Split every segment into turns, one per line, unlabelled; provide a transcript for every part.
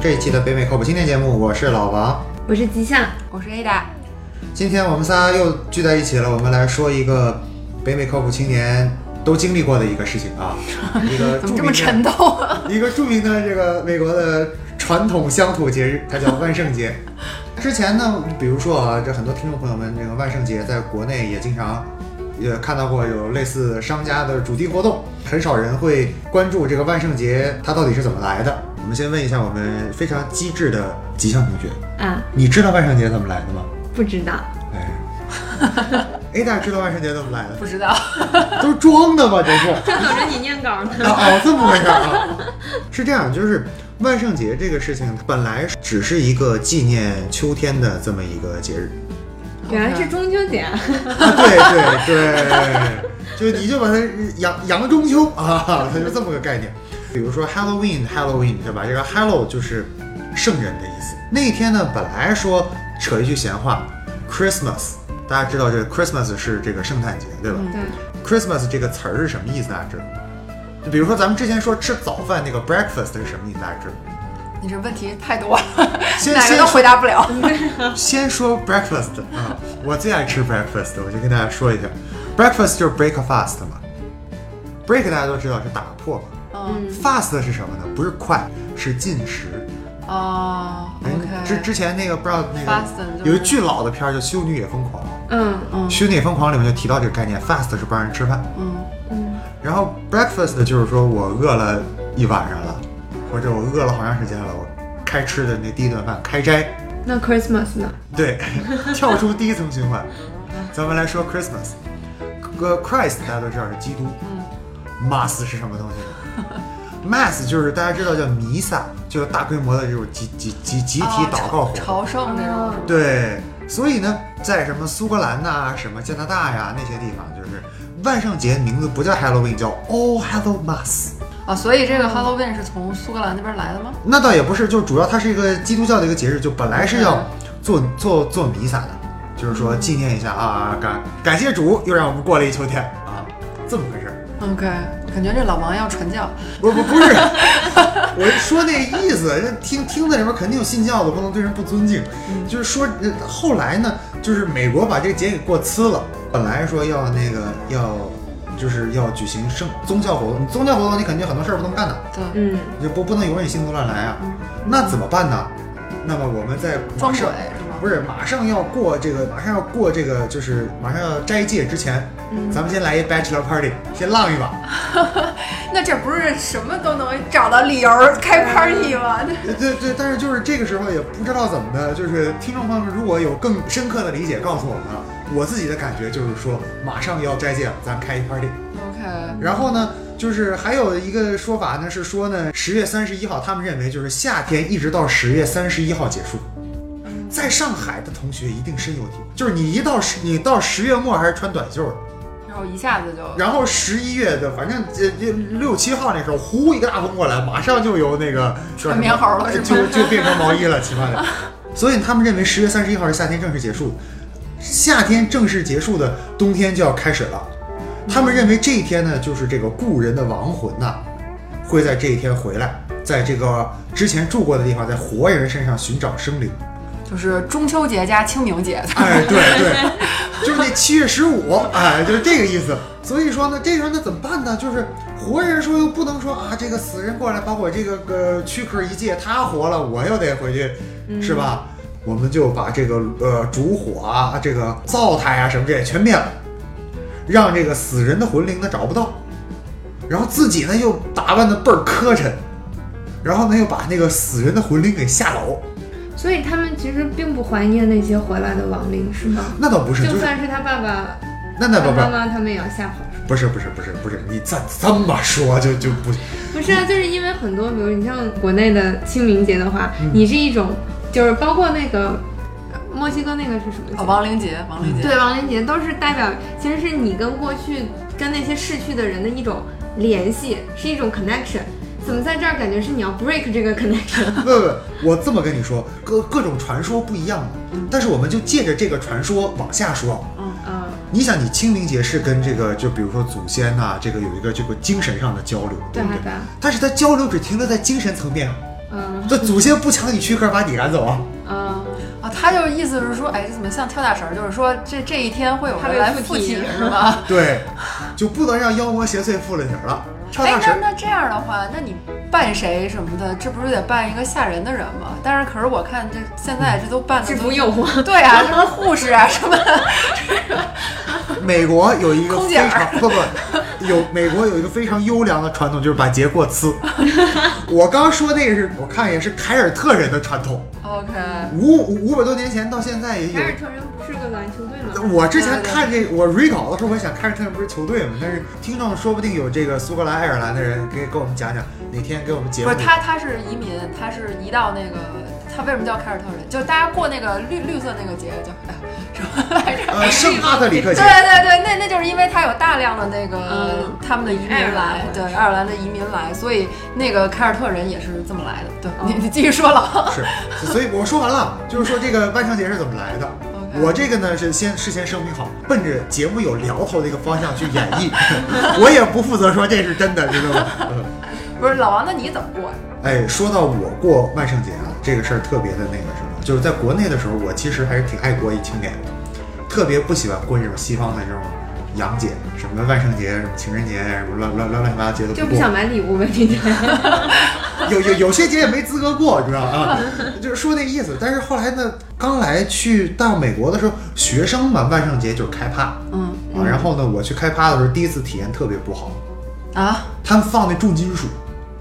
这一期的北美靠谱青年节目，我是老王。
我是吉祥，
我是 Ada，
今天我们仨又聚在一起了，我们来说一个北美靠谱青年都经历过的一个事情 啊，一个著
怎么这
名
么
的
沉痛啊？
一个著名的这个美国的传统乡土节日，它叫万圣节。之前呢，比如说啊，这很多听众朋友们，这个万圣节在国内也经常也看到过有类似商家的主题活动，很少人会关注这个万圣节它到底是怎么来的。我们先问一下我们非常机智的吉祥同学，
啊，
你知道万圣节怎么来的吗？
不知道，
哎，A 大知道万圣节怎么来的？
不知道，
都是装的吧？这是。
正等着你念稿呢。
哦，这么回事儿啊？是这样，就是万圣节这个事情本来只是一个纪念秋天的这么一个节日，
原来是中秋节 啊，
啊、对对对，就你就把它扬扬中秋啊，它就这么个概念。比如说 Halloween Halloween 对吧？这个 Hallow 就是圣人的意思。那一天呢，本来说扯一句闲话，Christmas，大家知道这个 Christmas 是这个圣诞节对吧？
嗯
对，
Christmas 这个词儿是什么意思？大家知道吗？就比如说咱们之前说吃早饭那个 breakfast 是什么意思？大家知道吗？
你这问题太多了，
先
哪个
先嗯
都回答不了。
先说 breakfast 啊、我最爱吃 breakfast，我就跟大家说一下，breakfast 就是 break a fast 嘛，break 大家都知道是打破嘛
嗯，
，fast 是什么呢？不是快，是进食。
哦
人之之
，OK，
前那个不知道那个
Fast 就是
有一巨老的片儿叫《修女也疯狂》，
嗯
《修女也疯狂》里面就提到这个概念，fast 是帮人吃饭。
嗯，
嗯，
然后 breakfast 就是说我饿了一晚上了，或者我饿了好长时间了，我开吃的那第一顿饭开斋，
那 Christmas 呢？
对， 跳出第一层循环。咱们来说 Christmas，呃，Christ 大家都知道是基督，mass 是什么东西呢？mass 就是大家知道叫弥撒，就是大规模的这种集集集集体
哦
祷告活动。
朝圣这种是吧，
对，所以呢，在什么苏格兰呐、什么加拿大呀那些地方，就是万圣节名字不叫 Halloween，叫 All Hallow Mass。
啊，所以这个 Halloween 是从苏格兰那边来的吗？
那倒也不是，就主要它是一个基督教的一个节日，就本来是要做做做弥撒的，就是说纪念一下啊，感感谢主又让我们过了一秋天啊，这么回事儿。
OK，感觉这老王要传教。
不不不是，我说那个意思，这听听在里面肯定有信教的，不能对人不尊敬。就是说，呃后来呢，就是美国把这个节给过呲了，本来说要那个要，就是要举行圣宗教活动，你宗教活动你肯定很多事儿不能干的，
对，
嗯，
你就不不能永远信徒乱来啊。那怎么办呢？那么我们在
嗯装
马
鬼
上
是吗？
不是马上要过这个，马上要过这个，就是马上要斋戒之前，
嗯
咱们先来一 bachelor party，先浪 一把。
那这不是什么都能找到理由开 party 吗？
对对，但是就是这个时候也不知道怎么的，就是听众朋友们如果有更深刻的理解，告诉我们啊。我自己的感觉就是说，马上要斋戒了，咱开一 party。
OK，
然后呢，就是还有一个说法呢，是说呢，十月三十一号，他们认为就是夏天一直到十月三十一号结束。在上海的同学一定深有体会，就是你一到十，你到十月末还是穿短袖的，
然后一下子就
然后十一月的，反正这这六七号那时候，呼一个大风过来，马上就由那个叫什么
穿棉袄了是吗
就就变成毛衣了，起码的。所以他们认为十月三十一号是夏天正式结束，夏天正式结束的冬天就要开始了。他们认为这一天呢，就是这个故人的亡魂呐、会在这一天回来，在这个之前住过的地方，在活人身上寻找生灵。
就是中秋节加清明节。
哎，对对，就是那七月十五，哎，就是这个意思。所以说呢，这时候那怎么办呢？就是活人说又不能说啊，这个死人过来把我这个呃躯壳一借，他活了，我又得回去，是吧？我们就把这个呃烛火啊、这个灶台啊什么这些全灭了，让这个死人的魂灵呢找不到，然后自己呢又打扮的倍儿磕碜，然后呢又把那个死人的魂灵给下楼。
所以他们其实并不怀念那些回来的亡灵，是吗？
那倒不是，
就
就是
算是他爸爸、
那那
他
不不
妈。妈，他们也要吓跑。是吗
不是不是不是不是，你再这么说就就不
不是啊，就是因为很多，比如你像国内的清明节的话，
嗯
你是一种，就是包括那个呃墨西哥那个是什么节
哦，？亡灵节，亡灵节。
对，亡灵节都是代表，其实是你跟过去、跟那些逝去的人的一种联系，是一种 connection。怎么在这儿感觉是你要 break 这个 connection？
不不不，我这么跟你说，各各种传说不一样的，但是我们就借着这个传说往下说。
啊，
你想，你清明节是跟这个，就比如说祖先呐、这个有一个这个精神上的交流，
对
不
还
对？
吧，
但是它交流只停留在精神层面，
嗯，
这祖先不抢你躯壳，把你赶走啊？
啊，
啊，他就意思是说，哎，这怎么像跳大神儿？就是说这这一天会有
他
人
被
来
附
附
体
体是吧？
对，就不能让妖魔邪祟附了体儿了。跳
哎
大，神
那
儿，
那这样的话，那你扮谁什么的，这不是得扮一个吓人的人吗？但是可是我看这现在这都扮的
嗯制
都
服诱惑，
对啊，什么护士啊什么的，
美国有一个
空
非
姐儿
常不不，有美国有一个非常优良的传统，就是把劫过 呲。我刚说那个是我看也是凯尔特人的传统，
OK，
五五五百多年前到现在也有
凯。尔特人不是个篮球队 吗？
我之前看这我 re 稿的时候，我想凯尔特人不是球队吗？但是听众说不定有这个苏格兰、爱尔兰的人，可以给我们讲讲，哪天给我们节
不
目
是他他是移民，他是移到那个他为什么叫凯尔特人？就大家过那个绿绿色那个节叫哎什么来着？
呃圣帕特里克
对
节。
对对，那那就是因为他有大量的那个、
嗯
他们的移民
爱尔兰
来
的，
对爱尔兰的移民来，所以那个凯尔特人也是这么来的。对，
哦
你你继续说了。
是，所以我说完了，就是说这个万圣节是怎么来的。我这个呢是先事先声明好，奔着节目有聊头的一个方向去演绎， 我也不负责说这是真的，知道吗？嗯
不是老王，那你怎么过呀？
哎，说到我过万圣节啊，这个事儿特别的那个什么，就是在国内的时候，我其实还是挺爱国一青年的，特别不喜欢过这种西方的这种洋节，什么万圣节、什么情人节、什么乱乱乱乱七八糟节都
就
不
不
过。
想买礼物呗，今天。
有有有些节也没资格过，你知道啊？就是说那意思。但是后来呢，刚来去到美国的时候，学生嘛，万圣节就是开趴啊。
嗯
然后呢，我去开趴的时候，第一次体验特别不好，
啊
他们放那重金属。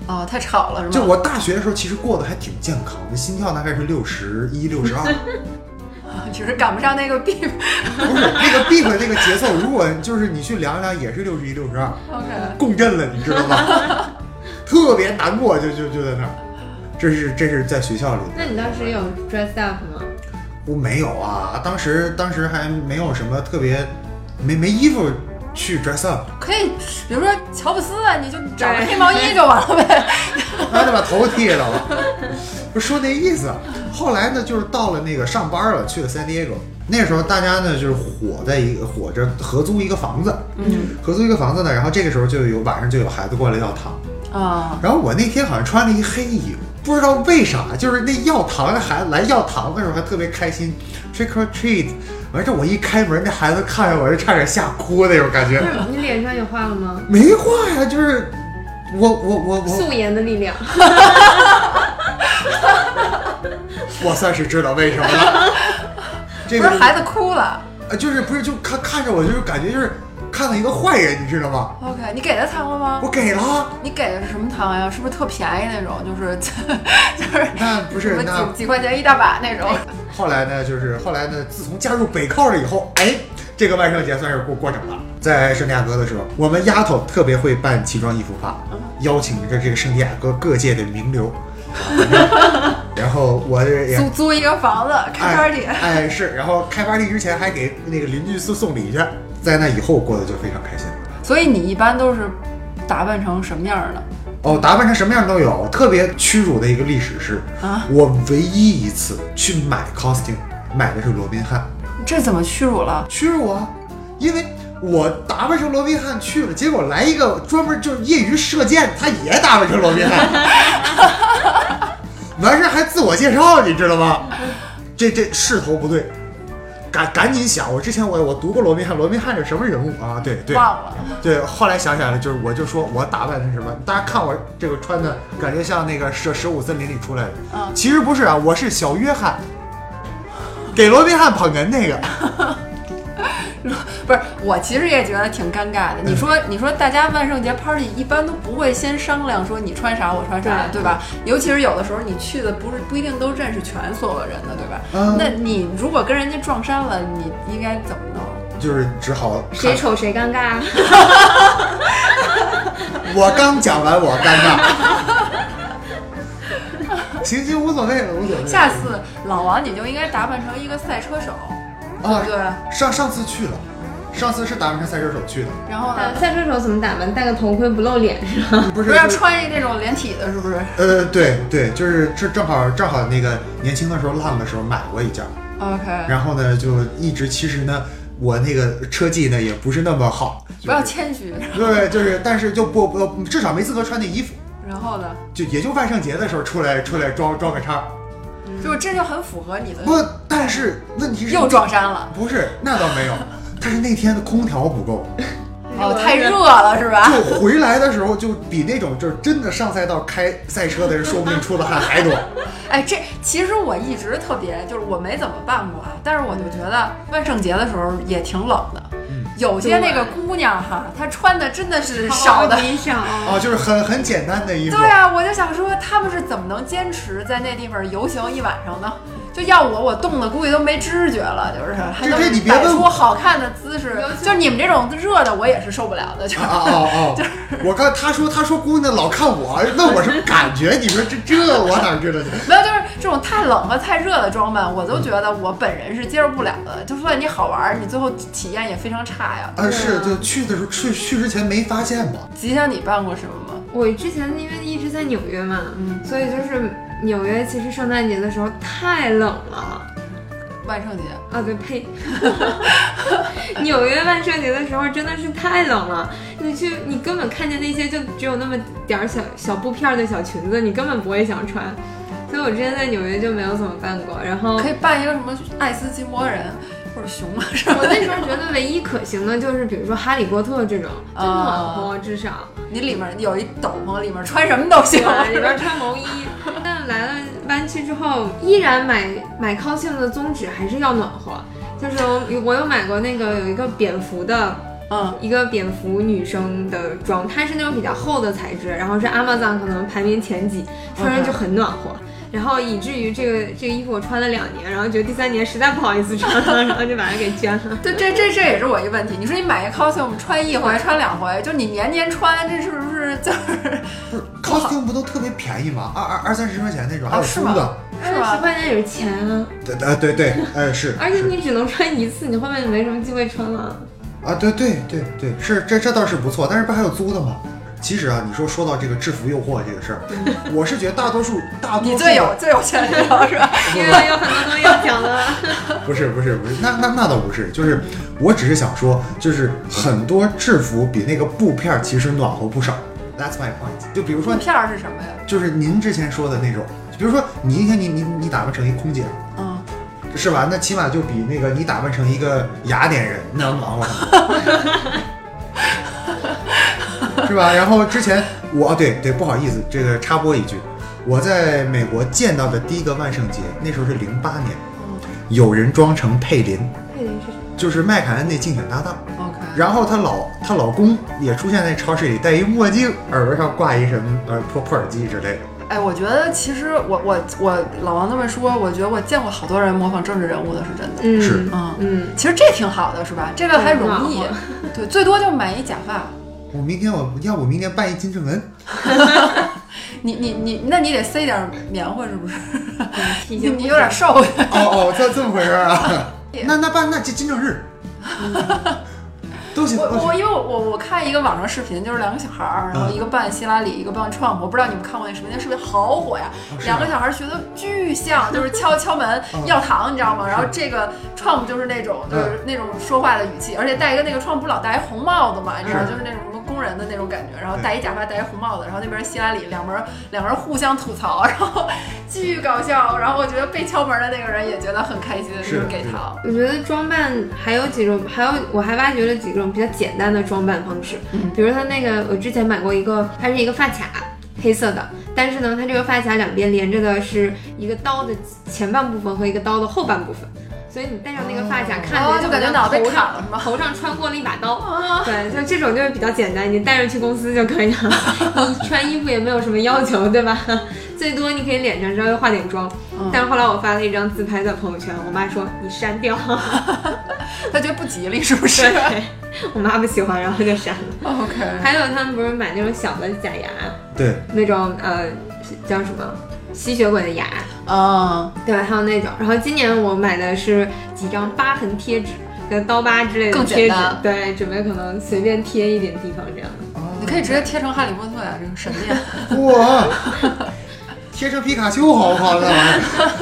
哦，太吵了是吗？
就我大学的时候，其实过得还挺健康的，心跳大概是六十一、六十二，
只是赶不上那个 beep。
不是那个 beat 那个节奏，如果就是你去量一量，也是六十一、六十二，
OK，
共振了，你知道吗？特别难过，就就就在那儿。这是这是在学校里的。
那你当时有 dress up 吗？
我没有啊，当时当时还没有什么特别，没没衣服去 dress up，
可以，比如说乔布斯啊，你就找个
对
黑毛衣就完了呗。
还得把头剃了不是说那意思。啊后来呢，就是到了那个上班了，去了 San Diego，那时候大家呢就是火在一个火着合租一个房子，
嗯
合租一个房子呢，然后这个时候就有晚上就有孩子过来要糖，
啊，
然后我那天好像穿了一黑衣服，不知道为啥，就是那要糖的孩子来要糖的时候还特别开心，trick or treat。完事儿我一开门，那孩子看着我就差点吓哭那种感觉
不。是，你脸上有画了吗？
没画呀，就是我我我我
素颜的力量，
我算是知道为什么了。这
不
个
是孩子哭了。
呃就是不是就看看着我就是感觉就是看到一个坏人，你知道吗？
OK，你给他糖了吗？
我给了，
你给的是什么糖呀？是不是特便宜那种？就是 就是
那不
什
是
么
那
几几块钱一大把那种？
后来呢？就是后来呢？自从加入北靠了以后，哎，这个万圣节算是过过整了。在圣地亚哥的时候，我们丫头特别会办奇装异服趴，邀请着这个圣地亚哥各界的名流，啊然后 我也
租租一个房子开 party，、
哎。哎，是，然后开 party 之前还给那个邻居送送礼去，在那以后过得就非常开心了。
所以你一般都是打扮成什么样的？
哦，打扮成什么样都有。特别屈辱的一个历史是，
啊
我唯一一次去买 costume，买的是罗宾汉，
这怎么屈辱了？
屈辱啊！因为我打扮成罗宾汉去了，结果来一个专门就是业余射箭，他也打扮成罗宾汉，完事儿还自我介绍，你知道吗？这这势头不对，赶赶紧想，我之前我我读过罗宾汉，罗宾汉是什么人物啊？对对，
忘了。
对，后来想起来了，就是我就说我打扮成什么，大家看我这个穿的，感觉像那个是《十五森林》里出来的，
嗯
其实不是啊，我是小约翰，给罗宾汉捧哏那个，
不是，我其实也觉得挺尴尬的。你说，你说大家万圣节 party 一般都不会先商量说你穿啥我穿啥，
对
对吧？尤其是有的时候你去的不是不一定都认识全所有的人的，对吧？
嗯
那你如果跟人家撞衫了，你应该怎么弄？
就是只好
谁丑谁尴尬。
我刚讲完我尴尬， 行行无所谓了，无所谓了。
下次老王你就应该打扮成一个赛车手，对
啊
不，对？
上上次去了，上次是打扮成赛车手 去的，
然后呢
呃，赛车手怎么打扮？戴个头盔不露脸是吧？
不
不
是
是要
就是
穿一那种连体的，是不是？
呃对对，就是这正好正好那个年轻的时候浪的时候买过一件儿。
OK，
然后呢，就一直其实呢，我那个车技呢也不是那么好，
不要谦虚。
对，就是但是就不不至少没资格穿那衣服。
然后呢，
就也就万圣节的时候出来出来装装个叉。
就这就很符合你的，
不，但是问题是
又撞衫了，
不是那倒 没有，但是那天的空调不够，
哦，太热了是吧？
就回来的时候就比那种就是真的上赛道开赛车的人，说不定出的汗 还多。
哎，这其实我一直特别，就是我没怎么办过啊，但是我就觉得万圣节的时候也挺冷的，
嗯
有些那个姑娘哈，她穿的真的是少
少
的。
极少。
啊，就是很很简单的衣服
对，啊，我就想说她们是怎么能坚持在那地方游行一晚上呢？就要我，我冻得估计都没知觉了，就是还
这你
能
别
摆
问
出
我
好看的姿势
尤。其
就你们这种热的，我也是受不了 的，就
啊啊啊！啊！我刚他说他说姑娘老看我，问我什么感觉？你说这这我哪知道去？
没有，就是这种太冷和太热的装扮，我
嗯
都觉得我本人是接受不了的。就算你好玩儿，你最后体验也非常差呀。
啊，是就去的时候去去之前没发现嘛。
吉祥，你办过什么吗？
我之前因为一直在纽约嘛，
嗯
所以就是纽约其实圣诞节的时候太冷了
万圣节，
啊，对， 呸，纽约万圣节的时候真的是太冷了，你去你根本看见那些就只有那么点儿小小布片儿的小裙子，你根本不会想穿。所以我之前在纽约就没有怎么办过，然后
可以办一个什么爱斯基摩人或者熊啊什么
我那
的。
时候觉得唯一可行的就是，比如说《哈利波特》这种，
哦
就暖和至少，
你里面有一斗篷，里面穿什么都行
对。 吧？里边穿毛衣。但来了湾区之后，依然买买 Cosm 的宗旨还是要暖和，就是我我有买过那个有一个蝙蝠的
嗯，
一个蝙蝠女生的装，它是那种比较厚的材质，然后是 Amazon 可能排名前几，穿上就很暖和。然后以至于这个这个衣服我穿了两年，然后觉得第三年实在不好意思穿了，然后就把它给捐了。
对，这这这也是我一问题。你说你买一 costume 穿一回，穿两回，就你年年穿，这是不是就是
不是 costume 不都特别便宜吗？二二二三十块钱那种，还有
哦是
租
吗
的。
哎
二
是
十
吧？
块钱也是钱啊，
对呃对对，哎是。
而且
是
你只能穿一次，你后面就没什么机会穿 了。
啊，对对对对，是这这倒是不错，但是不还有租的吗？其实啊，你说说到这个制服诱惑这个事儿，我是觉得大多数大多数
嗯你最有最有钱的了是吧？
因为啊有很多东西要讲 的。
不是不是不是，那那那倒不是，就是我只是想说，就是很多制服比那个布片儿其实暖和不少。That's my point。就比如说，
片儿是什么呀？
就是您之前说的那种，比如说你你看你你你打扮成一空姐，
嗯，
是吧？那起码就比那个你打扮成一个雅典人那能忙活他，是吧？然后之前我对对不好意思，这个插播一句，我在美国见到的第一个万圣节，那时候是零八年，有人装成佩林，
佩林是谁？
就是麦凯恩那竞选搭档，
OK，
然后她老她老公也出现在超市里，戴一墨镜，耳朵上挂一什么呃破破耳机之类的。
哎，我觉得其实我我我老王这么说，我觉得我见过好多人模仿政治人物的，是真的。
嗯
是
嗯，
嗯，
其实这挺好的，是吧？这个还容易
嗯，
对，最多就买一假发。
我明天我要我明天扮一金正恩，
你你你，那你得塞点棉花，是不是？
嗯体
你
型
你有点瘦，
哦哦，这这么回事儿 啊？那那办那金金正日，
嗯
都行都
我我
行。
因为我我看一个网上视频，就是两个小孩儿，然后一个扮希拉里，一个扮 Trump，我不知道你们看过那视频，那视频好火呀
哦！是吗
两个小孩儿学的巨像，就是敲敲门
嗯
要糖，你知道吗？然后这个 Trump 就是那种就是那种说话的语气，而且戴一个那个 Trump 不老戴一红帽子嘛，你知道
是
就是那种什么工人的那种感觉，然后
对
戴一假发，戴一红帽子，然后那边希拉里两门两个人互相吐槽，然后巨搞笑，然后我觉得被敲门的那个人也觉得很开心，
是
就是给
是
糖。
我觉得装扮还有几种，还有我还挖掘了几种比较简单的装扮方式，
嗯
比如他那个我之前买过一个，它是一个发卡，黑色的，但是呢，它这个发卡两边连着的是一个刀的前半部分和一个刀的后半部分，所以你戴上那个发卡，看
哦
着
就感觉
好像
脑袋
头
砍
上
了是吗
头上穿过了一把刀，
啊
对，就这种就是比较简单，你带着去公司就可以 了。你穿衣服也没有什么要求，对吧？最多你可以脸上稍微化点妆。
嗯
但是后来我发了一张自拍在朋友圈，我妈说你删 掉。
他觉得不吉利，是不是
对，我妈不喜欢，然后就删了。
？OK。
还有他们不是买那种小的假牙，
对，
那种呃叫什么吸血鬼的牙，
啊，
对，还有那种。然后今年我买的是几张疤痕贴纸。跟刀疤之类的
更
贴
简
纸
单，
对，准备可能随便贴一点地方这样的。
你可以直接贴成哈利波特呀、这个神殿。
哇，贴成皮卡丘好不好？那玩意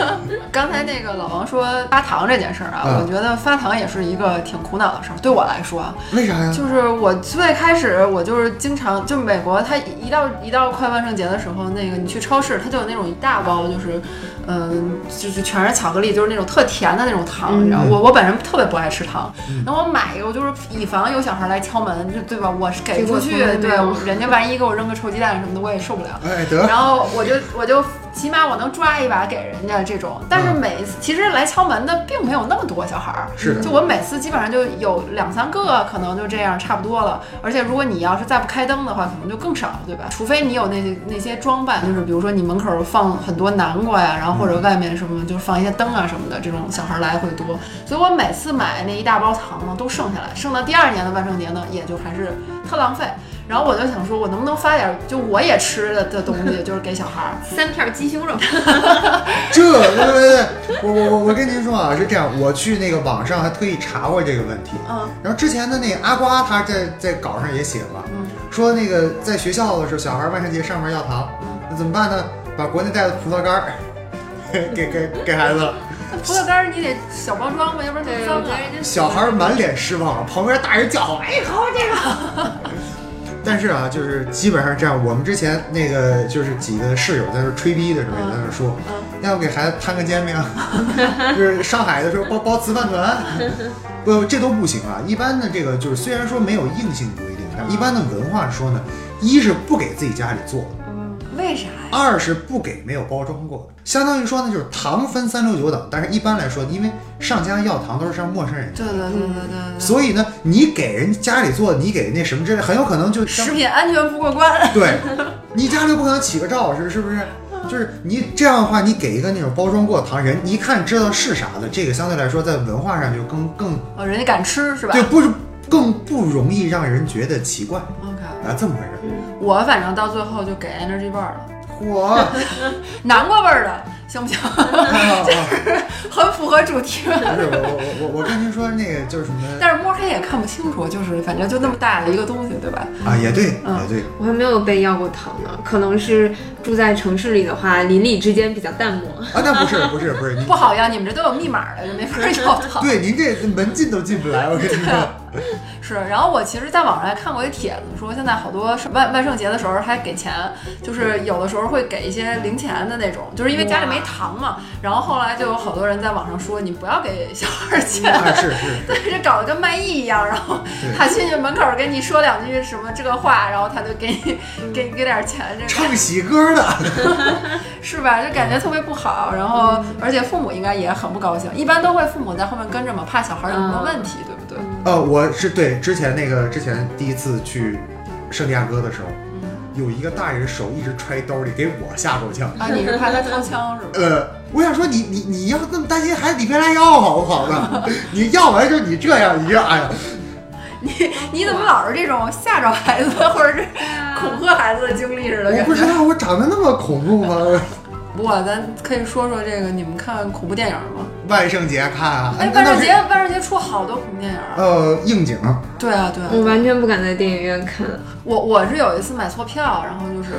儿，
刚才那个老王说发糖这件事儿啊，
嗯
我觉得发糖也是一个挺苦恼的事儿。对我来说啊，
为啥呀？
就是我最开始我就是经常，就美国它一到一到快万圣节的时候，那个你去超市，它就有那种一大包，就是嗯、就是全是巧克力，就是那种特甜的那种糖，你知道吗，我我本人特别不爱吃糖，然后我买一个，我就是以防有小孩来敲门，就对吧？我是给
结
出
果
去
从来，没
对
有，
人家万一给我扔个臭鸡蛋什么的，我也受不了。
哎，得，
然后我就我就起码我能抓一把给人家这种，但是
嗯
每次其实来敲门的并没有那么多小孩儿，
是的
就我每次基本上就有两三个，可能就这样差不多了。而且如果你要是再不开灯的话，可能就更少，对吧？除非你有那些那些装扮，就是比如说你门口放很多南瓜呀，然后或者外面什么就是放一些灯啊什么的，这种小孩儿来会多。所以我每次买那一大包糖呢都剩下来，剩到第二年的万圣节呢，也就还是特浪费。然后我就想说，我能不能发点儿就我也吃的的东西，就是给小 孩儿。
三片鸡胸肉，
这对对对，我我我我跟您说啊，是这样，我去那个网上还特意查过这个问题。
嗯，
然后之前的那个阿瓜他在在稿上也写了，
嗯
说那个在学校的时候，小孩万圣节上面要糖，
嗯
那怎么办呢？把国内带的葡萄干儿 给给给孩子了，
葡萄干儿你得小包装吧，要不然太
对，
脏
我
了
觉得。人家
小孩儿满脸失望，旁边大人叫好，哎，好这个。但是啊，就是基本上这样。我们之前那个就是几个室友在那吹逼的时候，也在那说，要不给孩子摊个煎饼， 就是上海的时候包包糍饭团，不，这都不行啊。一般的这个就是虽然说没有硬性规定，但一般的文化说呢，一是不给自己家里做，
为啥呀？
二是不给没有包装过的。相当于说呢，就是糖分三六九等，但是一般来说，因为上家要糖都是上陌生人家。
对对对对对对
所以呢，你给人家里做，你给那什么之类，很有可能就
对，食品安全不过关。
对，你家里不可能起个照是是不是？就是你这样的话，你给一个那种包装过的糖，人一看知道是啥的，这个相对来说在文化上就更更
哦，人家敢吃是吧
对不是更不容易让人觉得奇怪
？OK，
啊，这么回事。
我反正到最后就给 energy bar 了，
嚯，
南瓜味儿的，行不行？
太好了！
很符合主题。
不是我我我我跟您说那个就是什么
但是摸开也看不清楚，就是反正就那么大的一个东西，对吧？
啊，也对
嗯
也对，
我还没有被要过糖呢，可能是住在城市里的话，邻里之间比较淡漠。
啊那不是不是不是，您
不好呀，你们这都有密码的，就没法儿要 糖。
对您这门进都进不来，我跟你说。
是，然后我其实在网上还看过一帖子，说现在好多是万万圣节的时候还给钱，就是有的时候会给一些零钱的那种，就是因为家里没糖嘛。然后后来就有好多人在网上说，你不要给小孩儿钱，
啊是是，
对，这搞得跟卖艺一样。然后他去你门口跟你说两句什么这个话，然后他就给你给你给点钱，这个
唱喜歌的。
是吧？就感觉特别不好。然后而且父母应该也很不高兴，一般都会父母在后面跟着嘛，怕小孩儿有什么问题，对不对？
呃，我是对之前那个之前第一次去圣地亚哥的时候，
嗯
有一个大人手一直揣兜里，给我吓够呛。
啊，你是怕他掏枪是吧？
呃，我想说你你你要那么担心孩子，你别来要好不好呢？ 你要完就你这样，你这哎呀，
你怎么老是这种吓着孩子或者是恐吓孩子的经历似的
我
感
不知
觉？
道我长得那么恐怖吗？
不过咱可以说说这个，你们看恐怖电影吗？
万圣节看啊，
哎，
那
万
那
圣
是
节，万圣节出好多恐怖电影啊。
呃应景
对啊，对啊。
我完全不敢在电影院看，
我我是有一次买错票，然后就是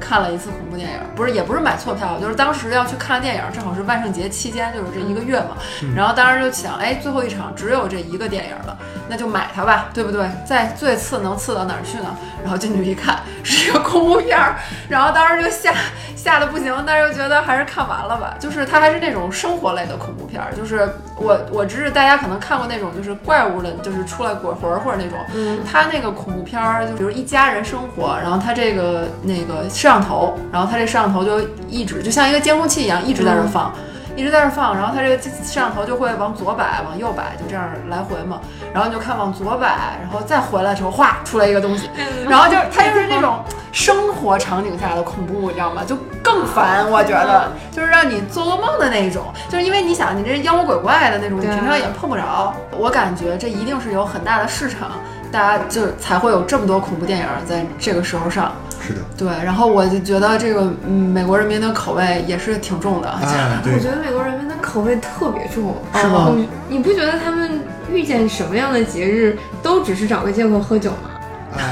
看了一次恐怖电影，不是也不是买错票，就是当时要去看电影，正好是万圣节期间，就是这一个月嘛。然后当时就想，哎，最后一场只有这一个电影了，那就买它吧，对不对？再最次能次到哪儿去呢？然后进去一看，是一个恐怖片儿，然后当时就吓吓得不行，但是又觉得还是看完了吧。就是它还是那种生活类的恐怖片儿，就是我我只是大家可能看过那种就是怪物的，就是出来鬼魂儿或者那种，
嗯
他那个恐怖片儿，就比如一家人生活，然后他这个那个摄像头，然后他这摄像头就一直就像一个监控器一样，一直在这儿放，一直在这儿放，然后他这个摄像头就会往左摆，往右摆，就这样来回嘛。然后你就看往左摆，然后再回来的时候，哗出来一个东西，然后就是它就是那种生活场景下的恐怖，你知道吗？就更烦，我觉得就是让你做噩梦的那种，就是因为你想你这妖魔鬼怪的那种，你
对啊
平常也碰不着。我感觉这一定是有很大的市场，大家就是才会有这么多恐怖电影在这个时候上。
是的，
对，然后我就觉得这个嗯美国人民的口味也是挺重的。
啊
我
对
觉得美国人民的口味特别重，
是吗？
嗯，你不觉得他们遇见什么样的节日都只是找个借口喝酒吗？
哎，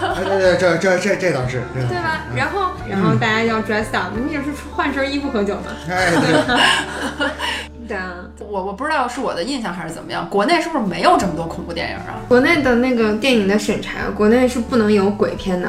哎对对，这这这这倒是，这倒是
对
啊
吧？然后，然
嗯
后大家要 dress up，你也是换身衣服喝酒嘛？
哎对，
对啊。
我我不知道是我的印象还是怎么样，国内是不是没有这么多恐怖电影啊？
国内的那个电影的审查，国内是不能有鬼片的，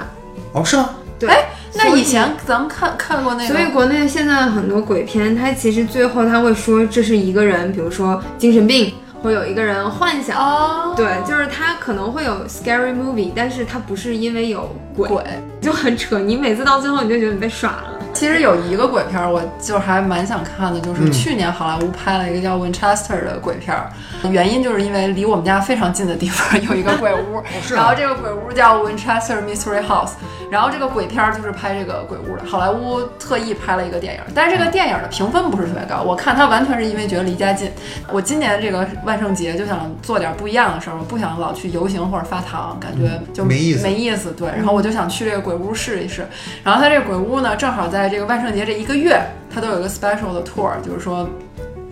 哦是吗？
对
哎，那
所以
以前咱们看看过那个，
所以国内现在很多鬼片，它其实最后他会说这是一个人，比如说精神病，或有一个人幻想。
哦，
对，就是它可能会有 scary movie，但是它不是因为有鬼，
鬼。
就很扯。你每次到最后你就觉得你被耍了。
其实有一个鬼片儿，我就还蛮想看的，就是
嗯
去年好莱坞拍了一个叫《Winchester》的鬼片儿，原因就是因为离我们家非常近的地方 有一个鬼屋，
是
然后
啊，
这个鬼屋叫 Winchester Mystery House，然后这个鬼片儿就是拍这个鬼屋的，好莱坞特意拍了一个电影，但是这个电影的评分不是特别高，我看它完全是因为觉得离家近。我今年这个万圣节就想做点不一样的事儿，我不想老去游行或者发糖，感觉就
嗯没意思
没意思。对，然后我就想去这个鬼屋试一试。然后它这个鬼屋呢，正好在这个万圣节这一个月，它都有一个 special 的 tour，就是说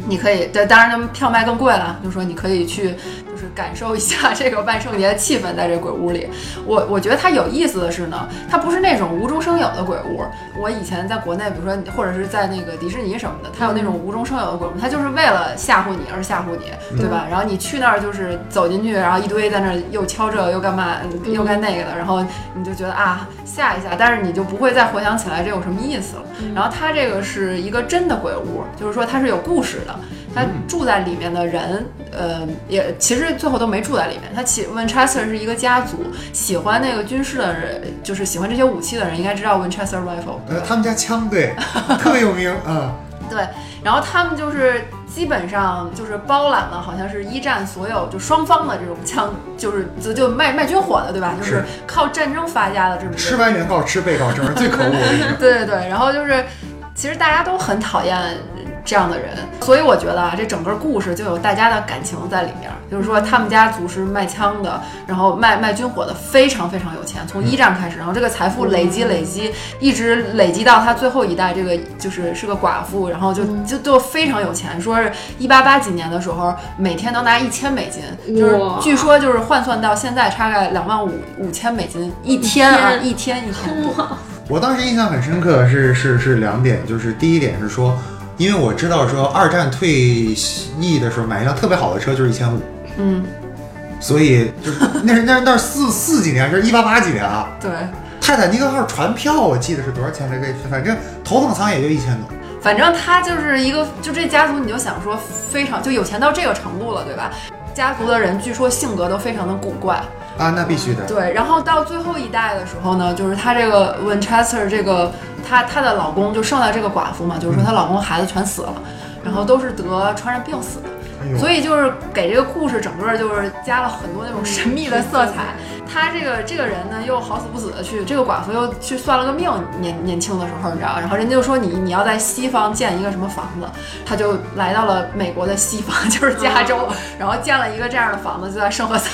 你可以，对，当然他们票卖更贵了，就说你可以去，就是感受一下这个万圣节的气氛，在这鬼屋里。我我觉得它有意思的是呢，它不是那种无中生有的鬼屋。我以前在国内，比如说或者是在那个迪士尼什么的，它有那种无中生有的鬼屋，它就是为了吓唬你而吓唬你，对吧？然后你去那儿就是走进去，然后一堆在那儿又敲这又干嘛又干那个的，然后你就觉得啊吓一吓，但是你就不会再回想起来这有什么意思了。然后它这个是一个真的鬼屋，就是说它是有故事的。他住在里面的人，呃，也其实最后都没住在里面。他起 Winchester 是一个家族，喜欢那个军事的人，就是喜欢这些武器的人，应该知道 Winchester rifle。
呃他们家枪对特别有名啊，
对，然后他们就是基本上就是包揽了，好像是一战所有就双方的这种枪，就是就就卖卖军火的，对吧？就是
是
靠战争发家的这种
吃完原告吃被告，这玩意儿最可恶了。
对对对，然后就是，其实大家都很讨厌这样的人，所以我觉得啊，这整个故事就有大家的感情在里面。就是说，他们家族是卖枪的，然后卖卖军火的，非常非常有钱，从一战开始，然后这个财富累积累积，一直累积到他最后一代，这个就是是个寡妇，然后就就就非常有钱，说是一八八几年的时候，每天能拿一千美金，就是
哇
据说就是换算到现在大概两万五五千美金一天啊，一天一天，对
我当时印象很深刻的是是是两点，就是第一点是说，因为我知道说二战退役的时候买一辆特别好的车就是一千五，
嗯，
所以就是那是那是那是四四几年，这是一八八几年啊。
对。
泰坦尼克号船票我记得是多少钱来着？反正头等舱也就一千多。
反正他就是一个，就这家族，你就想说非常就有钱到这个程度了，对吧？家族的人据说性格都非常的古怪，
啊，那必须的。
对。然后到最后一代的时候呢，就是她这个 Winchester 这个她她的老公就剩下这个寡妇嘛，就是说她老公孩子全死了，然后都是得传染病死的。
哎呦，
所以就是给这个故事整个就是加了很多那种神秘的色彩。
嗯
他这个这个人呢，又好死不死的去，这个寡妇又去算了个命，年年轻的时候，你知道，然后人家就说你你要在西方建一个什么房子，他就来到了美国的西方， 就是加州，
嗯
然后建了一个这样的房子，就在圣何塞。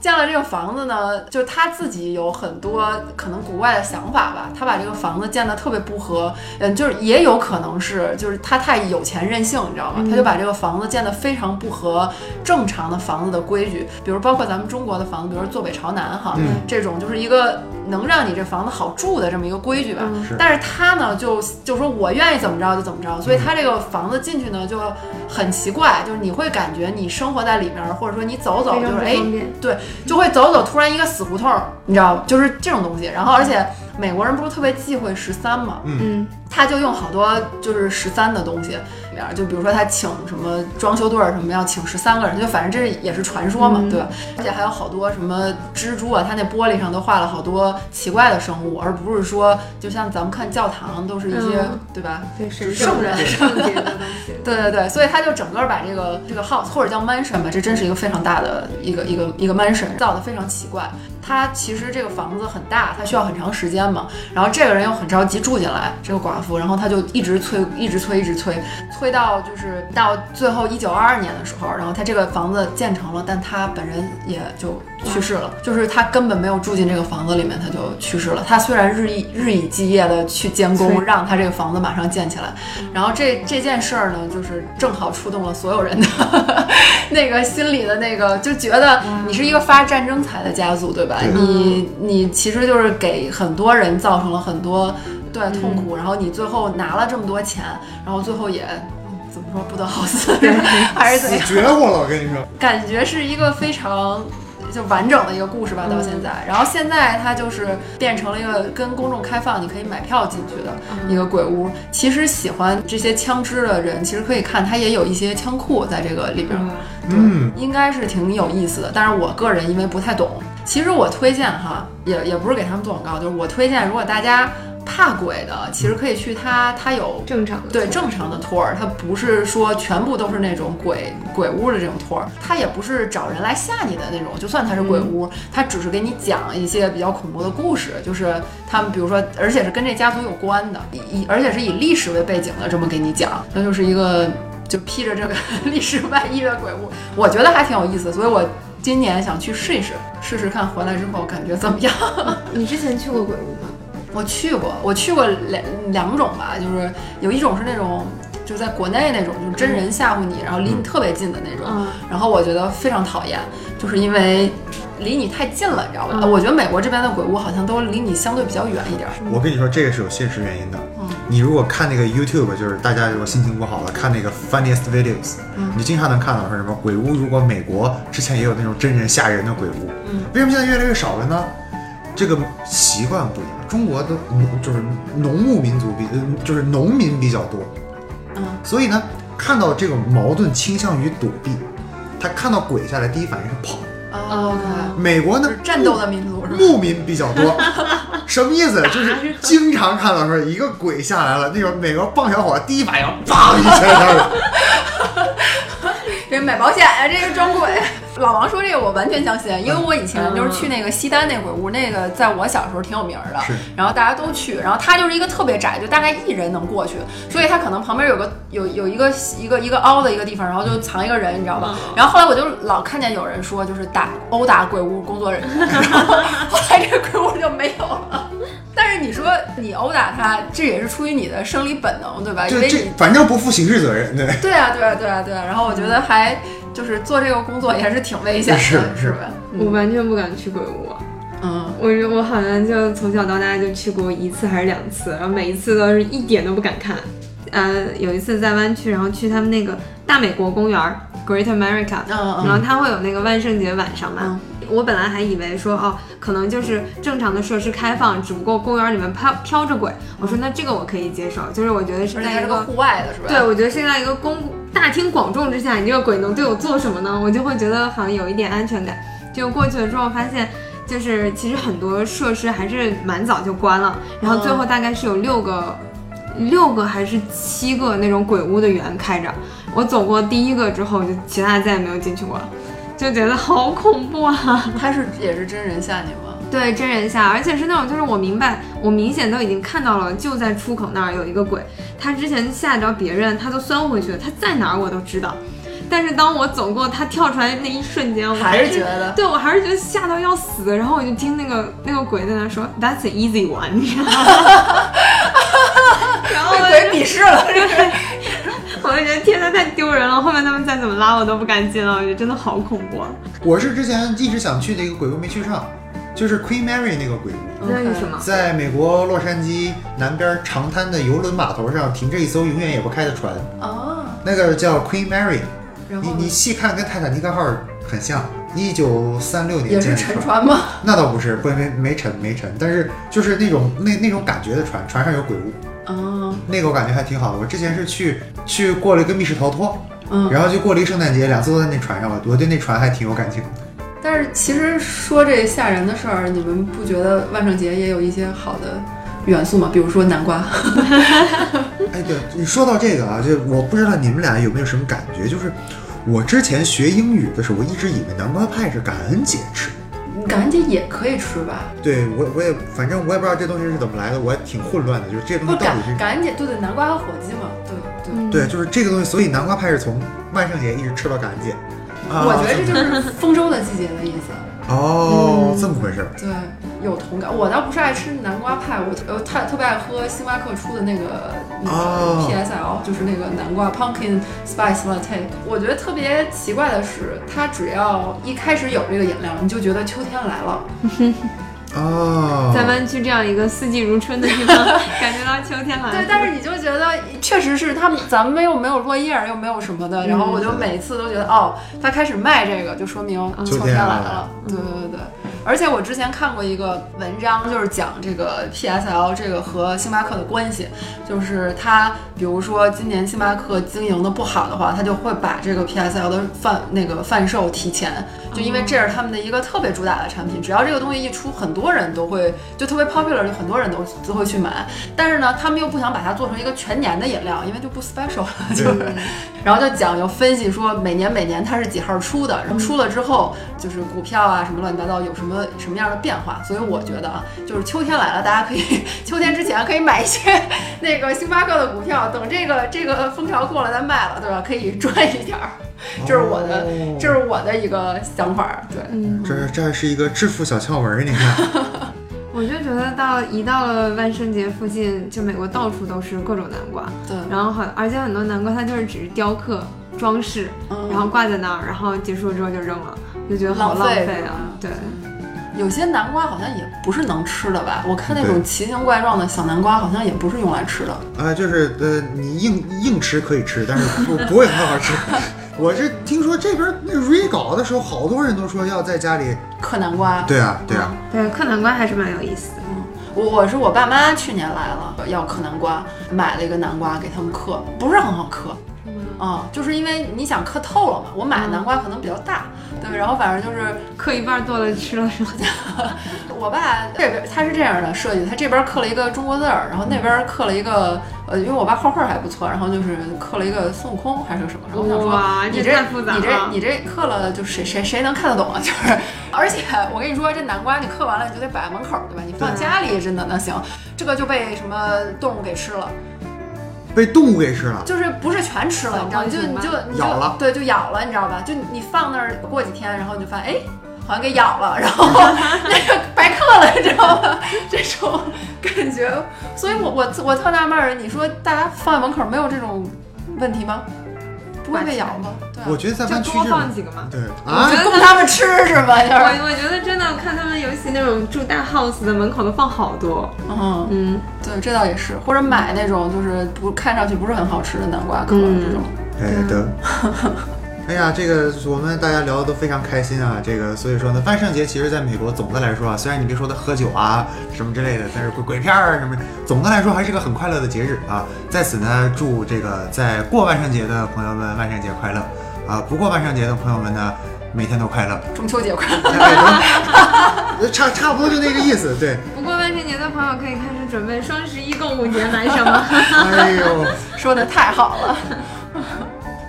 建了这个房子呢，就他自己有很多可能古怪的想法吧。他把这个房子建得特别不合，嗯，就是也有可能是就是他太有钱任性，你知道吗？他就把这个房子建得非常不合正常的房子的规矩，比如包括咱们中国的房子，比如说坐北朝南哈，
嗯
这种就是一个能让你这房子好住的这么一个规矩吧。
嗯
是
但是他呢，就就说我愿意怎么着就怎么着，所以他这个房子进去呢就很奇怪，就是你会感觉你生活在里面，或者说你走走
非
就
常
是
不
哎
方便。
对，就会走走，突然一个死胡同儿，你知道吗，就是这种东西。然后，而且美国人不是特别忌讳十三嘛，
嗯，
他就用好多就是十三的东西，里面就比如说他请什么装修队儿什么要请十三个人，就反正这也是传说嘛，对吧？而且还有好多什么蜘蛛啊，他那玻璃上都画了好多奇怪的生物，而不是说就像咱们看教堂都是一些、
嗯
对吧？
对，是
圣人
圣 洁的东西。
对对对，所以他就整个把这个这个 house 或者叫 mansion 吧，这真是一个非常大的一个一个一个 mansion，造的非常奇怪。他其实这个房子很大，他需要很长时间嘛。然后这个人又很着急住进来，这个寡妇，然后他就一直催，一直催，一直催，催到就是到最后一九二二年的时候，然后他这个房子建成了，但他本人也就去世了，就是他根本没有住进这个房子里面，他就去世了。他虽然日以日以继夜的去监工，
催
让他这个房子马上建起来，然后这这件事儿呢，就是正好触动了所有人 的那个心里的那个，就觉得你是一个发战争财的家族，对吧？
对
你你其实就是给很多人造成了很多对痛苦，然后你最后拿了这么多钱，然后最后也嗯怎么说不得好死， 还是怎
死
样？
绝活了，我跟你说，
感觉是一个非常。就完整的一个故事吧，到现在，然后现在它就是变成了一个跟公众开放，你可以买票进去的一个鬼屋。其实喜欢这些枪支的人，其实可以看，它也有一些枪库在这个里边。
嗯，
应该是挺有意思的。但是我个人因为不太懂，其实我推荐哈，也也不是给他们做广告，就是我推荐，如果大家怕鬼的，其实可以去它，它有。
正常的
对正常的托儿，它不是说全部都是那种鬼鬼屋的这种托儿，它也不是找人来吓你的那种。就算它是鬼屋，它只是给你讲一些比较恐怖的故事，就是他们比如说，而且是跟这家族有关的，以以而且是以历史为背景的这么给你讲，那就是一个就披着这个 历史外衣的鬼屋，我觉得还挺有意思，所以我今年想去试一试，试试看回来之后感觉怎么样。
你之前去过鬼屋吗？
我去过，我去过两两种吧，就是有一种是那种就在国内那种，就是真人吓唬你，然后离你特别近的那种，
嗯
然后我觉得非常讨厌，就是因为离你太近了，你知道吧？
嗯
我觉得美国这边的鬼屋好像都离你相对比较远一点儿。
我跟你说，这个是有现实原因的。你如果看那个 YouTube，就是大家如果心情不好了，看那个 Funniest Videos，、你经常能看到说什么鬼屋。如果美国之前也有那种真人吓人的鬼屋，为什么现在越来越少了呢？这个习惯不一样，中国的农就是农牧民族比，呃就是农民比较多，
嗯，
所以呢，看到这种矛盾倾向于躲避，他看到鬼下来第一反应是跑。
嗯
哦
呃
美国呢
就是，战斗的民族是吧？
牧民比较多，什么意思？就是经常看到说一个鬼下来了，那个美国棒小伙第一反应，砰一下下来，
这买保险呀、这个装 鬼。老王说这个我完全相信，因为我以
嗯
前就是去那个西单那鬼屋，那个在我小时候挺有名儿的
是，
然后大家都去，然后它就是一个特别窄，就大概一人能过去，所以它可能旁边有个有有一个一个一个凹的一个地方，然后就藏一个人，你知道吧？然后后来我就老看见有人说就是打殴打鬼屋工作人员，然后后来这鬼屋就没有了。 但是你说你殴打他，这也是出于你的生理本能，对吧？因
就
哎为你
这反正不负刑事责任，对。
对啊，对啊，对啊，对啊。然后我觉得还就是做这个工作也还是挺危险的，
是
是
是
吧？
我完全不敢去鬼屋。啊
嗯，
我我好像就从小到大就去过一次还是两次，然后每一次都是一点都不敢看。呃，有一次在湾区，然后去他们那个大美国公园儿 （Great America），
嗯嗯
然后它会有那个万圣节晚上嘛。
嗯
我本来还以为说哦，可能就是正常的设施开放，只不过公园里面飘飘着鬼。我说那这个我可以接受，就是我觉得是
而且
在
还
一
是
个
个户外的，是吧？
对，我觉得是在一个公大庭广众之下，你这个鬼能对我做什么呢？我就会觉得好像有一点安全感。就过去了之后，发现就是其实很多设施还是蛮早就关了，然后最
嗯
后大概是有六个。六个还是七个那种鬼屋的园开着，我走过第一个之后，就其他再也没有进去过了，就觉得好恐怖啊！
他是也是真人吓你吗？
对，真人吓，而且是那种就是我明白，我明显都已经看到了，就在出口那儿有一个鬼，他之前吓着别人，他都钻回去了，他在哪儿我都知道。但是当我走过他跳出来那一瞬间，我
还是
是
觉得
对我还是觉得吓到要死。然后我就听那个那个鬼在那说 “That's an easy one”，你知道吗？ 然后
被
我
鬼鄙视了，
我就觉得天呐，太丢人了。后面他们再怎么拉我都不敢进了，我觉得真的好恐怖。啊
我是之前一直想去的一个鬼屋没去上，就是 Queen Mary 那个鬼屋，
那是什么？
在美国洛杉矶南边长滩的游轮码头上停着一艘永远也不开的船，
啊？
那个叫 Queen Mary，
然
你
后
你细看跟泰坦尼克号很像，一九三六年
也
建的
是沉
船。
船吗？
那倒不是，不没没沉没沉，但是就是那种那那种感觉的船，船上有鬼屋，
啊，
那个我感觉还挺好的。我之前是去去过了一个密室逃脱，
嗯。
然后就过了一圣诞节，两次都在那船上，我我对那船还挺有感情的。
但是其实说这吓人的事儿，你们不觉得万圣节也有一些好的元素吗？比如说南瓜，
哎，对，你说到这个啊，就我不知道你们俩有没有什么感觉，就是我之前学英语的时候，我一直以为南瓜派是感恩节吃。
感恩节也可以吃吧？
对我我也反正我也不知道这东西是怎么来的，我也挺混乱的，就是这东
不
西到
感
底嗯是。
感恩节对对，南瓜和火鸡嘛，对对。
对，就是这个东西，所以南瓜派是从万圣节一直吃到感恩节。啊
我觉得这就是丰收的季节的意思。
哦，
嗯
这么回事儿。
对，有同感。我倒不是爱吃南瓜派，我我特特别爱喝星巴克出的那个那
哦
个 PSL，、就是那个南瓜 Pumpkin Spice Latte。我觉得特别奇怪的是，它只要一开始有这个饮料，你就觉得秋天来了。
哦，
在湾区这样一个四季如春的地方，感觉到秋天来了。
对，但是你就觉得确实是他们，咱们又没有落叶儿，又没有什么的，然后我就每次都觉得，哦，他开始卖这个，就说明嗯秋天来了。对对对对，而且我之前看过一个文章，就是讲这个 PSL 这个和星巴克的关系，就是他比如说今年星巴克经营的不好的话，他就会把这个 PSL 的贩那个贩售提前，就因为这是他们的一个特别主打的产品，只要这个东西一出，很多人都会就特别 popular，就很多人都都会去买。但是呢，他们又不想把它做成一个全年的饮料，因为就不 special 了，就是。然后就讲有分析说每年每年它是几号出的，然后出了之后就是股票啊什么乱七八糟有什么什么样的变化。所以我觉得啊，就是秋天来了，大家可以秋天之前可以买一些 那个星巴克的股票，等这个这个风潮过了再卖了，对吧？可以 赚一点儿。这是我的，
哦
这是我的一个想法儿。对，
嗯，
这这是一个致富小窍门儿，你 看，
我就觉得到一到了万圣节附近，就美国到处都是各种南瓜，
对，
然后很而且很多南瓜它就是只是雕刻装饰，
嗯
然后挂在那儿，然后结束了之后就扔了，就觉得好
浪
浪
费
费
是吧
啊。对，
有些南瓜好像也不是能吃的吧？我看那
对
种奇形怪状的小南瓜，好像也不是用来吃的。
啊，就是呃，你硬硬吃可以吃，但是不不会很好吃。 我是听说这边那 re 搞的时候，好多人都说要在家里，
嗑南瓜，
对啊，对啊，
对，嗑南瓜还是蛮有意思的。
我我是我爸妈去年来了，要嗑南瓜，买了一个南瓜给他们嗑，不是很好嗑。啊、就是因为你想嗑透了嘛，我买的南瓜可能比较大，对，然后反正就是
嗑一半剁了吃了是吧？
我爸这边他是这样的设计，他这边刻了一个中国字儿，然后那边刻了一个呃，因为我爸画画还不错，然后就是刻了一个孙悟空还是什么，然后我想
哇
说
啊这
你这
太复杂
你这
了
你这刻了就谁谁谁能看得懂啊？ 就是，而且我跟你说，这南瓜你刻完了你就得摆在门口对吧？你放家里真的那行，这个就被什么动物给吃了，
被动物给吃了，
就是不是全吃了，你知道吗？就你就你就
咬了
对，就咬了，你知道吧？就你放那儿过几天，然后你就发现哎。好像给咬了，然后那个白嗑了，你知道吗？这种感觉，所以我我我特纳闷儿，你说大家放在门口没有这种问题吗？不会被咬吗？对、啊，
我觉得在
就
湾区
多
这
放
种，
几个嘛。
对啊
觉， 得
供他们吃是吧？就
我
是，
我觉得真的看他们，尤其那种住大 house 的门口都放好多，
嗯，
嗯，
对，这倒也是，或者买那种就是不看上去不是很好吃的南瓜壳这种，
哎对。 哎呀，这个我们大家聊的都非常开心啊，这个所以说呢，万圣节其实在美国总的来说啊，虽然你别说他喝酒啊什么之类的，但是鬼鬼片儿啊什么，总的来说还是个很快乐的节日啊。在此呢，祝这个在过万圣节的朋友们万圣节快乐啊，不过万圣节的朋友们呢，每天都快 乐。
中秋节快乐，
哎 对差差不多就那个意思，对。
不过万圣节的朋友可以开始准备双十一购物节买什么。
哎呦，
说的太好了，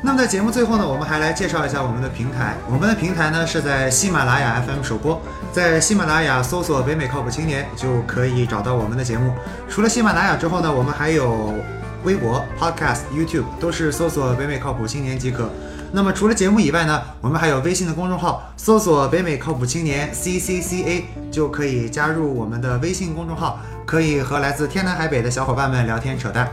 那么在节目最后呢，我们还来介绍一下我们的平台。我们的平台呢是在喜马拉雅 FM 首播，在喜马拉雅搜索“北美靠谱青年”就可以找到我们的节目。除了喜马拉雅之后呢，我们还有微博、Podcast、YouTube，都是搜索“北美靠谱青年”即可。那么除了节目以外呢，我们还有微信的公众号，搜索“北美靠谱青年 ”CCCA 就可以加入我们的微信公众号，可以和来自天南海北的小伙伴们聊天扯淡。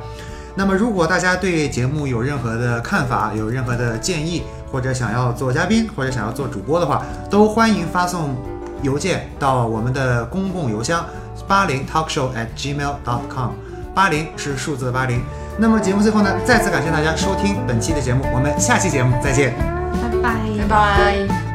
那么，如果大家对节目有任何的看法、有任何的建议，或者想要做嘉宾，或者想要做主播的话，都欢迎发送邮件到我们的公共邮箱八零 talkshow at gmail dot com。八零是数字八零。那么节目最后呢，再次感谢大家收听本期的节目，我们下期节目再见。
拜拜。
拜拜。